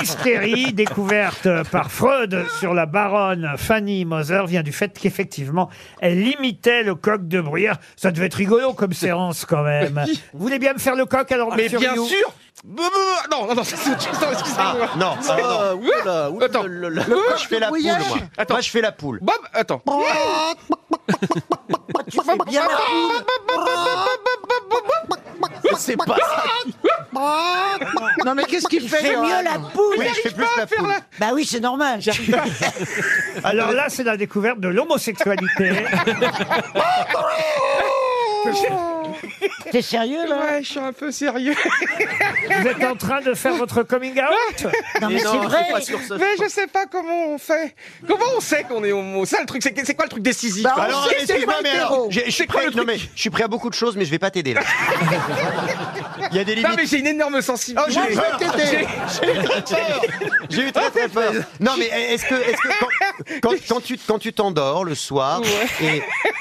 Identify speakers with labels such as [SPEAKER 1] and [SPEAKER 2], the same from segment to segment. [SPEAKER 1] L'hystérie découverte par Freud sur la baronne Fanny Moser vient du fait qu'effectivement, elle imitait le coq de bruyère. Ça devait être rigolo comme séance quand même. Vous voulez bien me faire le coq alors
[SPEAKER 2] Mais
[SPEAKER 1] monsieur
[SPEAKER 2] bien
[SPEAKER 1] Rioux
[SPEAKER 2] sûr Bou- bou- bou- Non, non, non, c'est- c'est- attends, excusez-moi.
[SPEAKER 3] Ah, non,
[SPEAKER 2] C'est-
[SPEAKER 3] ah, non.
[SPEAKER 2] Ouais.
[SPEAKER 3] Oula, oula,
[SPEAKER 2] Attends.
[SPEAKER 3] le- le-
[SPEAKER 2] Le-
[SPEAKER 3] moi je fais la poule,
[SPEAKER 4] brouillage.
[SPEAKER 3] moi.
[SPEAKER 2] Attends.
[SPEAKER 3] Moi je fais la poule.
[SPEAKER 2] Bob, attends.
[SPEAKER 4] Tu fais bien la poule.
[SPEAKER 3] C'est pas ça.
[SPEAKER 4] Non mais qu'est-ce qu'il
[SPEAKER 5] Fais
[SPEAKER 4] fait
[SPEAKER 5] mieux
[SPEAKER 4] Johan
[SPEAKER 5] la poule.
[SPEAKER 3] Oui, je fais plus la poule.
[SPEAKER 5] Bah oui, c'est normal.
[SPEAKER 1] Alors là, c'est la découverte de l'homosexualité.
[SPEAKER 5] T'es sérieux là
[SPEAKER 2] Ouais, je suis un peu sérieux.
[SPEAKER 1] Vous êtes en train de faire votre coming out
[SPEAKER 5] Non mais
[SPEAKER 3] Mais
[SPEAKER 5] c'est
[SPEAKER 3] non,
[SPEAKER 5] vrai.
[SPEAKER 3] c'est pas sur ce-
[SPEAKER 2] Mais je sais pas comment on fait. Comment on sait qu'on est homo Ça, le truc, c'est c'est quoi le truc décisif
[SPEAKER 5] Bah, on
[SPEAKER 2] Alors,
[SPEAKER 3] Alors,
[SPEAKER 5] sait, c'est
[SPEAKER 3] excuse-moi,
[SPEAKER 5] pas
[SPEAKER 3] mais
[SPEAKER 5] hétéro.
[SPEAKER 3] alors, j'ai- je suis
[SPEAKER 2] quoi
[SPEAKER 3] prêt,
[SPEAKER 2] le
[SPEAKER 3] non,
[SPEAKER 2] truc
[SPEAKER 3] mais je suis prêt à beaucoup de choses, mais je vais pas t'aider là. Il y a des
[SPEAKER 2] Non,
[SPEAKER 3] limites.
[SPEAKER 2] mais j'ai une énorme sensibilité.
[SPEAKER 3] Moi, je vais
[SPEAKER 2] J'ai-
[SPEAKER 3] t'aider. J'ai eu très très peur. Non, mais est-ce que, est-ce que quand, quand, quand tu quand tu t'endors le soir et,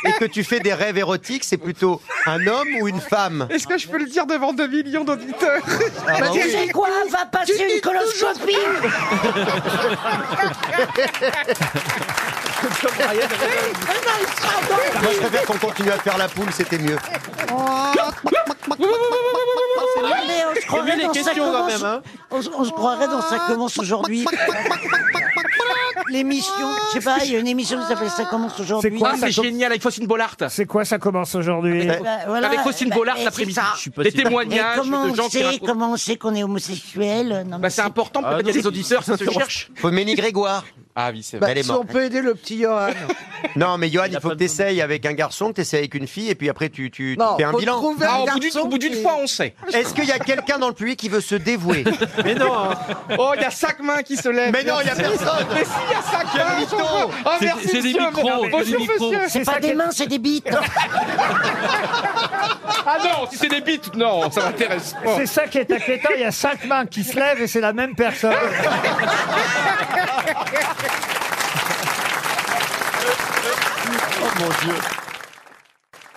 [SPEAKER 3] et que tu fais des rêves érotiques, c'est plutôt un homme ou une femme
[SPEAKER 2] Est-ce que je peux le dire devant 2 millions d'auditeurs
[SPEAKER 3] Ah, bah
[SPEAKER 5] Tu
[SPEAKER 3] oui.
[SPEAKER 5] sais quoi Va passer une coloscopie.
[SPEAKER 3] Moi, je préfère qu'on continue à faire la poule, c'était mieux.
[SPEAKER 5] Mais
[SPEAKER 1] bah,
[SPEAKER 5] on se croirait dans ça commence.
[SPEAKER 1] hein.
[SPEAKER 5] On, se- on se croirait dans ça commence aujourd'hui. L'émission, je sais pas, il y a une émission qui s'appelle ça commence aujourd'hui.
[SPEAKER 1] C'est quoi
[SPEAKER 2] Ah,
[SPEAKER 1] ça
[SPEAKER 2] c'est génial avec Faustine Bollard.
[SPEAKER 1] C'est quoi ça commence aujourd'hui
[SPEAKER 3] Ouais.
[SPEAKER 5] Bah, voilà.
[SPEAKER 2] Avec Faustine
[SPEAKER 5] Bah,
[SPEAKER 2] Bollard
[SPEAKER 5] mais
[SPEAKER 2] l'après-midi.
[SPEAKER 5] c'est ça.
[SPEAKER 2] Des
[SPEAKER 5] Mais
[SPEAKER 2] témoignages
[SPEAKER 5] comment
[SPEAKER 2] de gens
[SPEAKER 5] on
[SPEAKER 2] qui
[SPEAKER 5] sait,
[SPEAKER 2] racontent.
[SPEAKER 5] comment on sait qu'on est homosexuel Non, mais
[SPEAKER 2] Bah, c'est important, peut-être qu'il y a des auditeurs qui se cherchent.
[SPEAKER 3] Faut Ménie Grégoire.
[SPEAKER 2] Ah oui, c'est
[SPEAKER 3] Bah,
[SPEAKER 2] vrai.
[SPEAKER 3] elle est
[SPEAKER 4] Si
[SPEAKER 3] morte.
[SPEAKER 4] on peut aider le petit Johan.
[SPEAKER 3] Non, mais Johan, il faut que t'essayes avec un garçon, que t'essayes avec une fille, et puis après, tu, tu, tu
[SPEAKER 4] Non,
[SPEAKER 3] fais un
[SPEAKER 4] faut
[SPEAKER 3] bilan.
[SPEAKER 4] trouver
[SPEAKER 2] Ah,
[SPEAKER 4] un
[SPEAKER 2] au bout d'une-
[SPEAKER 4] garçon
[SPEAKER 2] au bout d'une
[SPEAKER 4] qui-
[SPEAKER 2] fois, on sait.
[SPEAKER 3] Est-ce qu'il y a quelqu'un dans le public qui veut se dévouer
[SPEAKER 2] Oh, il y a cinq mains qui se lèvent.
[SPEAKER 3] Mais non, il y a personne.
[SPEAKER 2] Mais si, il y a cinq mains.
[SPEAKER 3] micro.
[SPEAKER 2] Oh,
[SPEAKER 6] C'est-
[SPEAKER 2] merci,
[SPEAKER 6] c'est des
[SPEAKER 2] monsieur.
[SPEAKER 6] micros, c'est
[SPEAKER 2] Bonjour,
[SPEAKER 6] des micros.
[SPEAKER 2] monsieur.
[SPEAKER 1] C'est
[SPEAKER 5] Pas
[SPEAKER 1] ça
[SPEAKER 5] des
[SPEAKER 1] qui-
[SPEAKER 5] mains, c'est des bites.
[SPEAKER 2] Ah non, si c'est des bites, non, ça m'intéresse pas.
[SPEAKER 1] C'est ça qui est inquiétant, il y a cinq mains qui se lèvent et c'est la même personne.